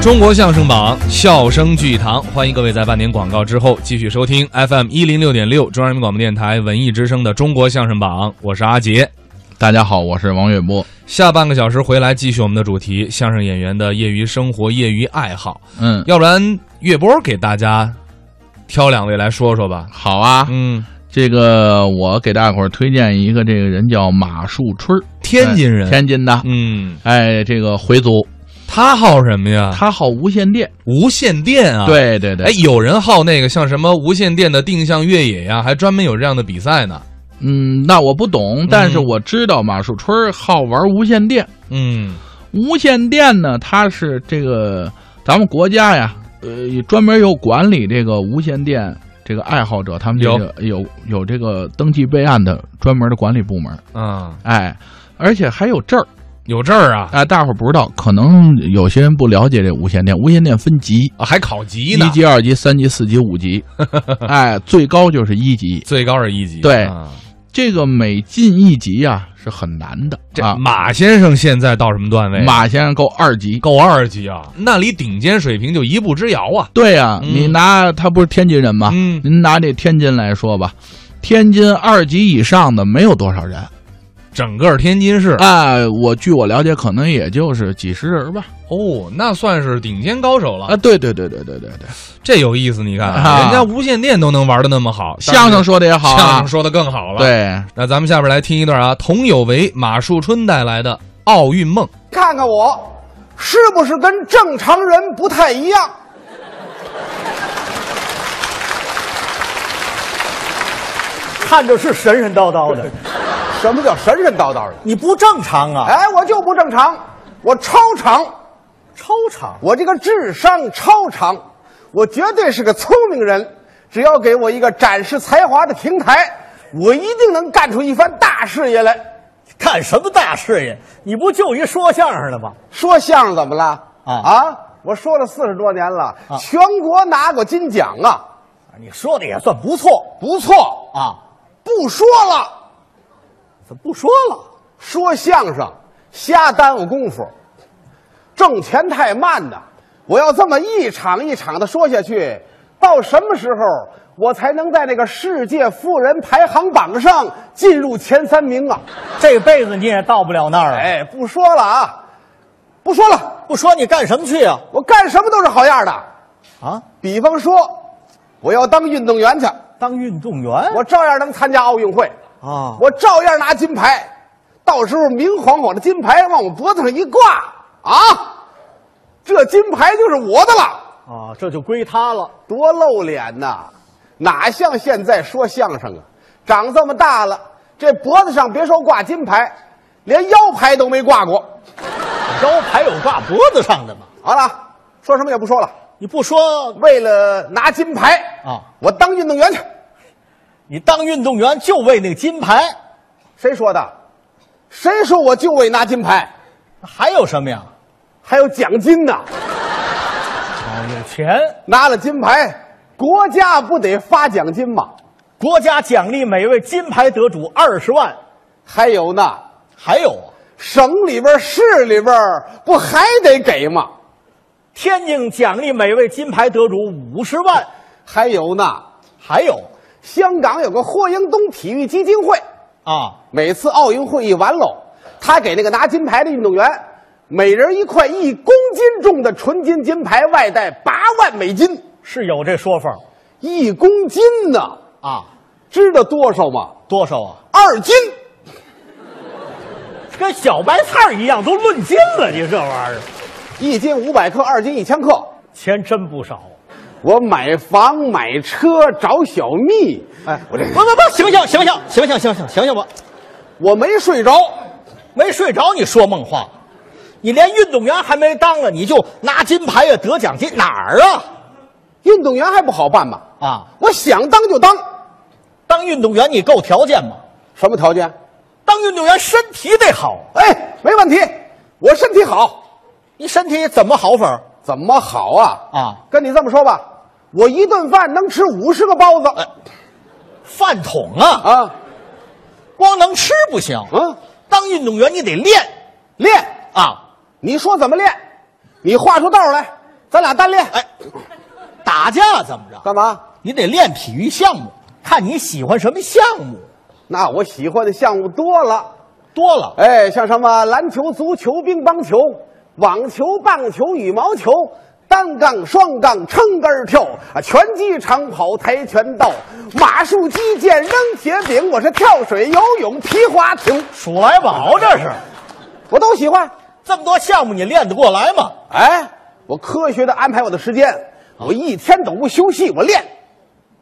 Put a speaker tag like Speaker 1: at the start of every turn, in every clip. Speaker 1: 中国相声榜，笑声聚一堂，欢迎各位在半年广告之后继续收听 FM 一零六点六中央人民广播电台文艺之声的《中国相声榜》，我是阿杰。
Speaker 2: 大家好，我是王月波。
Speaker 1: 下半个小时回来继续我们的主题，相声演员的业余生活、业余爱好。
Speaker 2: 嗯，
Speaker 1: 要不然，月波给大家挑两位来说说吧。
Speaker 2: 好啊，
Speaker 1: 嗯，
Speaker 2: 这个我给大伙儿推荐一个，这个人叫马树春儿，
Speaker 1: 天津人，
Speaker 2: 哎天津的。
Speaker 1: 嗯，
Speaker 2: 哎，这个回族，
Speaker 1: 他好什么呀？
Speaker 2: 他好无线电。
Speaker 1: 无线电啊。。
Speaker 2: 对对
Speaker 1: 哎
Speaker 2: 对，，
Speaker 1: 有人好那个像什么无线电的定向越野呀，还专门有这样的比赛呢。
Speaker 2: 嗯，那我不懂，但是我知道马树春儿好玩无线电。
Speaker 1: 嗯
Speaker 2: 无线电呢，它是这个咱们国家呀，呃，专门有管理这个无线电这个爱好者，他们这个有有这个登记备案的专门的管理部门。
Speaker 1: 啊，
Speaker 2: 哎，而且还有证儿。
Speaker 1: 有证儿啊，
Speaker 2: 啊，大伙儿不知道，可能有些人不了解这无线电。无线电分级，
Speaker 1: 啊还考级
Speaker 2: 一
Speaker 1: 呢，
Speaker 2: 级、二级、三级、四级、五级，哎，最高就是一级。
Speaker 1: 最高是一级。
Speaker 2: 对
Speaker 1: 啊
Speaker 2: 这个每进一级啊是很难的
Speaker 1: 这
Speaker 2: 啊。
Speaker 1: 马先生现在到什么段位？
Speaker 2: 马先生够二级，
Speaker 1: 够二级啊，那离顶尖水平就一步之遥啊。
Speaker 2: 对呀、
Speaker 1: 嗯
Speaker 2: 你拿他不是天津人吗？
Speaker 1: 嗯，
Speaker 2: 您拿这天津来说吧，天津二级以上的没有多少人
Speaker 1: 整个天津市
Speaker 2: 哎，我据我了解，可能也就是几十人吧。
Speaker 1: 哦，那算是顶尖高手
Speaker 2: 啊，
Speaker 1: 了。
Speaker 2: 对对对对对对对，
Speaker 1: 这有意思，你看啊，
Speaker 2: 啊
Speaker 1: 人家无线电都能玩的那么好，
Speaker 2: 相声说的也好
Speaker 1: 当然相
Speaker 2: 啊
Speaker 1: 声，说的更好了。，
Speaker 2: 对。
Speaker 1: 那咱们下边来听一段啊，佟有为、马树春带来的《奥运梦》。
Speaker 3: 看看我，是不是跟正常人不太一样？
Speaker 4: 看着是神神叨叨的，
Speaker 3: 什么叫神神叨叨的？
Speaker 4: 你不正常啊！
Speaker 3: 哎，我就不正常，我超常，
Speaker 4: 超常，
Speaker 3: 我这个智商超常，我绝对是个聪明人。只要给我一个展示才华的平台，我一定能干出一番大事业来。
Speaker 4: 干什么大事业？你不就一说相声的吗？
Speaker 3: 说相声怎么了？
Speaker 4: 啊
Speaker 3: 我说了四十多年了，全国拿过金奖啊，
Speaker 4: 你说的也算不错
Speaker 3: 不错。
Speaker 4: 啊！
Speaker 3: 不说了，
Speaker 4: 怎么不说了？
Speaker 3: 说相声瞎耽误功夫，挣钱太慢呐！我要这么一场一场的说下去，到什么时候我才能在那个世界富人排行榜上进入前三名啊？
Speaker 4: 这辈子你也到不了那儿啊！
Speaker 3: 哎，不说了啊，不说了，
Speaker 4: 不说你干什么去啊？
Speaker 3: 我干什么都是好样的。
Speaker 4: 啊，
Speaker 3: 比方说，我要当运动员去，
Speaker 4: 当运动员
Speaker 3: 我照样能参加奥运会，
Speaker 4: 啊！
Speaker 3: 我照样拿金牌。到时候明晃晃的金牌往我脖子上一挂啊，这金牌就是我的了。
Speaker 4: 啊，这就归他了。
Speaker 3: 多露脸呐！哪像现在说相声啊？长这么大了，这脖子上别说挂金牌，连腰牌都没挂过。
Speaker 4: 腰牌有挂脖子上的吗？
Speaker 3: 好了，说什么也不说了。
Speaker 4: 你不说
Speaker 3: 为了拿金牌
Speaker 4: 啊，
Speaker 3: 我当运动员去。
Speaker 4: 你当运动员就为那金牌，
Speaker 3: 谁说的？谁说我就为拿金牌？
Speaker 4: 还有什么呀？
Speaker 3: 还有奖金呢！
Speaker 4: 啊，有钱，
Speaker 3: 拿了金牌，国家不得发奖金吗？
Speaker 4: 国家奖励每位金牌得主二十万，
Speaker 3: 还有呢，
Speaker 4: 还有啊。
Speaker 3: 省里边、市里边不还得给吗？
Speaker 4: 天津奖励每位金牌得主五十万，
Speaker 3: 还有呢，
Speaker 4: 还有
Speaker 3: 香港有个霍英东体育基金会，
Speaker 4: 啊，
Speaker 3: 每次奥运会一完喽，他给那个拿金牌的运动员，每人一块一公斤重的纯金金牌，外带八万美金，
Speaker 4: 是有这说法
Speaker 3: 一公斤呢，
Speaker 4: 啊，
Speaker 3: 知道多少吗？
Speaker 4: 多少啊？
Speaker 3: 二斤。
Speaker 4: 跟小白菜儿一样，都论斤了，你这玩意儿，
Speaker 3: 一斤五百克，二斤一千克。
Speaker 4: 钱真不少。啊
Speaker 3: 我买房买车找小蜜，哎，我这
Speaker 4: 不不不，醒醒醒醒醒醒醒醒醒醒吧！
Speaker 3: 我没睡着，
Speaker 4: 没睡着，你说梦话，你连运动员还没当呢，你就拿金牌呀，得奖金哪儿啊？
Speaker 3: 运动员还不好办吗？
Speaker 4: 啊，
Speaker 3: 我想当就当，
Speaker 4: 当运动员你够条件吗？
Speaker 3: 什么条件？
Speaker 4: 当运动员身体得好，
Speaker 3: 哎，没问题，我身体好，
Speaker 4: 你身体怎么好法儿
Speaker 3: 怎么好啊？
Speaker 4: 啊？
Speaker 3: 跟你这么说吧，我一顿饭能吃五十个包子
Speaker 4: 哎饭桶啊，
Speaker 3: 啊，
Speaker 4: 光能吃不行，
Speaker 3: 嗯，
Speaker 4: 当运动员你得练
Speaker 3: 练，
Speaker 4: 啊，
Speaker 3: 你说怎么练？你画出道来，咱俩单练，
Speaker 4: 哎，打架怎么着？
Speaker 3: 干嘛？
Speaker 4: 你得练体育项目，看你喜欢什么项目，
Speaker 3: 那我喜欢的项目多了，
Speaker 4: 多了。
Speaker 3: 哎，像什么篮球、足球、乒乓球、网球、棒球、羽毛球、单杠、双杠、撑杆跳啊，拳击、长跑、跆拳道、马术、击剑、扔铁饼，我是跳水、游泳、皮划艇，
Speaker 4: 数来宝这是，
Speaker 3: 我都喜欢。
Speaker 4: 这么多项目你练得过来吗？
Speaker 3: 哎，我科学的安排我的时间，我一天都不休息，我练，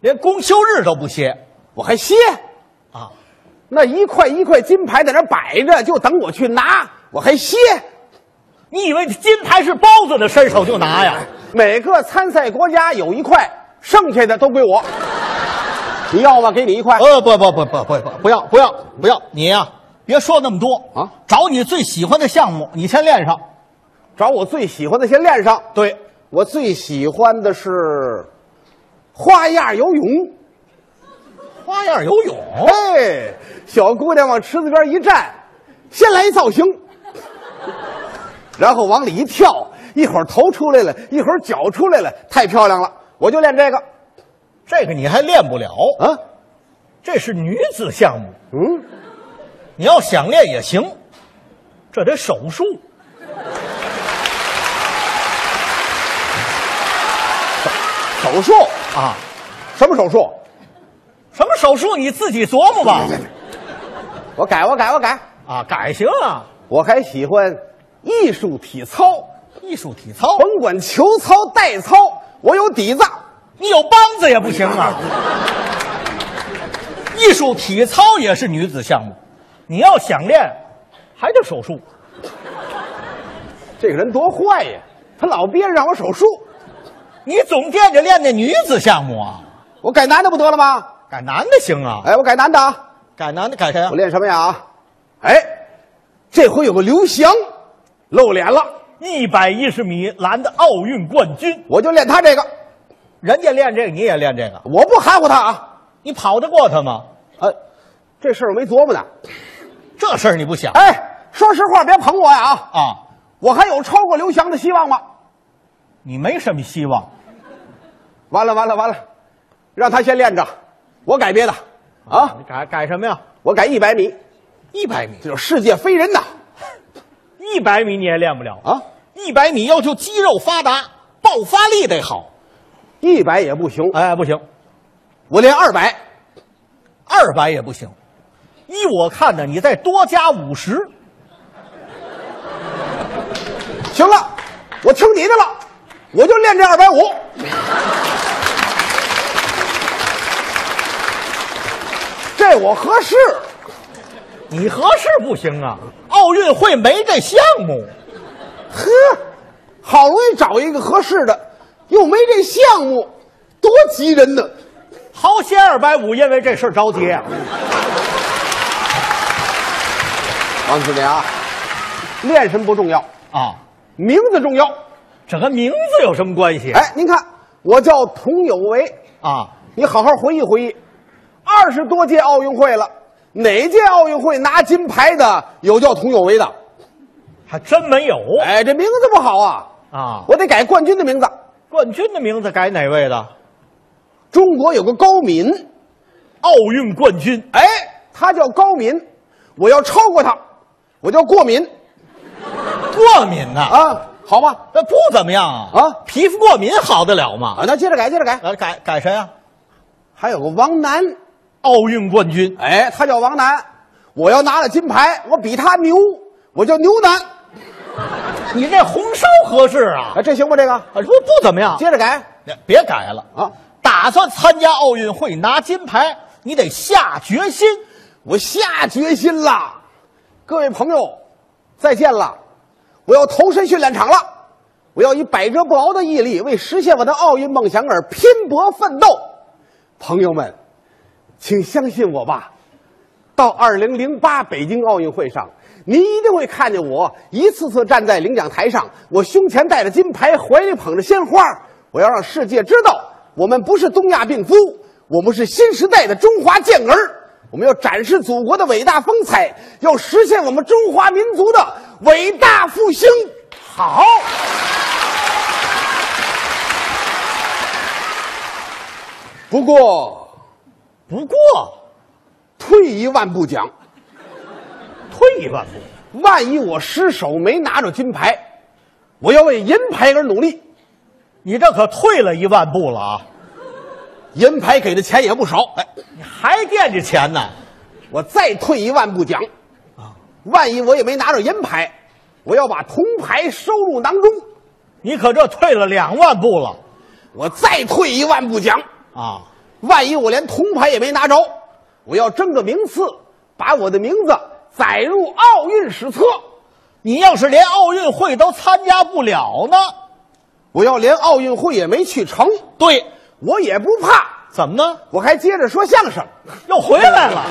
Speaker 4: 连公休日都不歇
Speaker 3: 我还歇。
Speaker 4: 啊！
Speaker 3: 那一块一块金牌在那儿摆着，就等我去拿，我还歇。
Speaker 4: 你以为金牌是包子的，伸手就拿呀？
Speaker 3: 每个参赛国家有一块，剩下的都归我。你要吗？给你一块。
Speaker 4: 呃，不不不不不不，不要不要不要！你呀、别说那么多
Speaker 3: 啊，
Speaker 4: 找你最喜欢的项目，你先练上。
Speaker 3: 找我最喜欢的先练上。
Speaker 4: 对，
Speaker 3: 我最喜欢的是花样游泳。
Speaker 4: 花样游泳，
Speaker 3: 哎，小姑娘往池子边一站，先来一造型，然后往里一跳，一会儿头出来了，一会儿脚出来了，太漂亮了。我就练这个
Speaker 4: 这个你还练不了，
Speaker 3: 啊，
Speaker 4: 这是女子项目。
Speaker 3: 嗯，
Speaker 4: 你要想练也行，这得手术。
Speaker 3: 手术
Speaker 4: 啊，
Speaker 3: 什么手术？
Speaker 4: 什么手术你自己琢磨吧。
Speaker 3: 我改，我改，我改。
Speaker 4: 啊，改行啊，
Speaker 3: 我还喜欢艺术体操，
Speaker 4: 艺术体操，
Speaker 3: 甭管球操、带操，我有底子。
Speaker 4: 你有梆子也不行啊。艺术体操也是女子项目，你要想练，还得手术。
Speaker 3: 这个人多坏呀！他老憋着让我手术，
Speaker 4: 你总惦着练那女子项目啊，
Speaker 3: 我改男的不得了吗？
Speaker 4: 改男的行啊，
Speaker 3: 哎，我改男的啊，
Speaker 4: 改男的改谁啊
Speaker 3: 我？练什么呀？啊，哎，这回有个刘翔露脸了，
Speaker 4: 一百一十米栏的奥运冠军，
Speaker 3: 我就练他这个，
Speaker 4: 人家练这个，你也练这个，
Speaker 3: 我不含糊他啊。
Speaker 4: 你跑得过他吗？
Speaker 3: 呃，这事儿我没琢磨呢。
Speaker 4: 这事儿你不想
Speaker 3: 哎，说实话，别捧我呀啊！
Speaker 4: 啊？
Speaker 3: 我还有超过刘翔的希望吗？
Speaker 4: 你没什么希望。
Speaker 3: 完了完了完了，让他先练着，我改别的啊。
Speaker 4: 你改改什么呀？
Speaker 3: 我改一百米，
Speaker 4: 一百米，
Speaker 3: 这叫世界飞人呐！
Speaker 4: 一百米你也练不了
Speaker 3: 啊！
Speaker 4: 一百米要求肌肉发达，爆发力得好。
Speaker 3: 一百也不行，
Speaker 4: 哎，不行，
Speaker 3: 我练二百，
Speaker 4: 二百也不行。依我看呢，你再多加五十，
Speaker 3: 行了，我听你的了，我就练这二百五。这我合适，
Speaker 4: 你合适不行啊。奥运会没这项目，
Speaker 3: 呵，好容易找一个合适的，又没这项目，多急人呢！
Speaker 4: 好些二百五因为这事儿着急啊。
Speaker 3: 王子良，练什么不重要，
Speaker 4: 啊，
Speaker 3: 名字重要。
Speaker 4: 这跟名字有什么关系？
Speaker 3: 哎，您看，我叫佟有为，
Speaker 4: 啊，
Speaker 3: 你好好回忆回忆，二十多届奥运会了，哪届奥运会拿金牌的有叫佟有为的？
Speaker 4: 还真没有
Speaker 3: 哎，这名字不好啊，
Speaker 4: 啊。
Speaker 3: 我得改冠军的名字。
Speaker 4: 冠军的名字改哪位的？
Speaker 3: 中国有个高敏，
Speaker 4: 奥运冠军，
Speaker 3: 哎，他叫高敏，我要超过他，我叫过敏
Speaker 4: 过敏呐、
Speaker 3: 啊，好吧？
Speaker 4: 那不怎么样啊
Speaker 3: 啊
Speaker 4: 皮肤过敏好得了吗？
Speaker 3: 啊，那接着改，接着改。
Speaker 4: 呃，改改谁啊？
Speaker 3: 还有个王楠，
Speaker 4: 奥运冠军，
Speaker 3: 哎，他叫王楠，我要拿了金牌，我比他牛，我叫牛楠，
Speaker 4: 你这红烧合适啊？
Speaker 3: 哎，这行不？这个
Speaker 4: 啊，不不怎么样，
Speaker 3: 接着改
Speaker 4: 别别改了
Speaker 3: 啊！
Speaker 4: 打算参加奥运会拿金牌，你得下决心。
Speaker 3: 我下决心了，各位朋友，再见了！我要投身训练场了，我要以百折不挠的毅力为实现我的奥运梦想而拼搏奋斗。朋友们，请相信我吧，到二零零八北京奥运会上，您一定会看见我一次次站在领奖台上，我胸前戴着金牌，怀里捧着鲜花。我要让世界知道，我们不是东亚病夫，我们是新时代的中华健儿。我们要展示祖国的伟大风采，要实现我们中华民族的伟大复兴。好。不过
Speaker 4: 不过
Speaker 3: 退一万步讲，
Speaker 4: 退一万步，
Speaker 3: 万一我失手没拿着金牌，我要为银牌而努力。
Speaker 4: 你这可退了一万步了啊！
Speaker 3: 银牌给的钱也不少，哎，
Speaker 4: 你还惦记钱呢？
Speaker 3: 我再退一万步讲，啊万一我也没拿着银牌，我要把铜牌收入囊中。
Speaker 4: 你可这退了两万步了
Speaker 3: 我再退一万步讲，
Speaker 4: 啊！
Speaker 3: 万一我连铜牌也没拿着，我要争个名次，把我的名字载入奥运史册。
Speaker 4: 你要是连奥运会都参加不了呢？
Speaker 3: 我要连奥运会也没去成，
Speaker 4: 对，
Speaker 3: 我也不怕，
Speaker 4: 怎么呢？
Speaker 3: 我还接着说相声。
Speaker 4: 又回来了。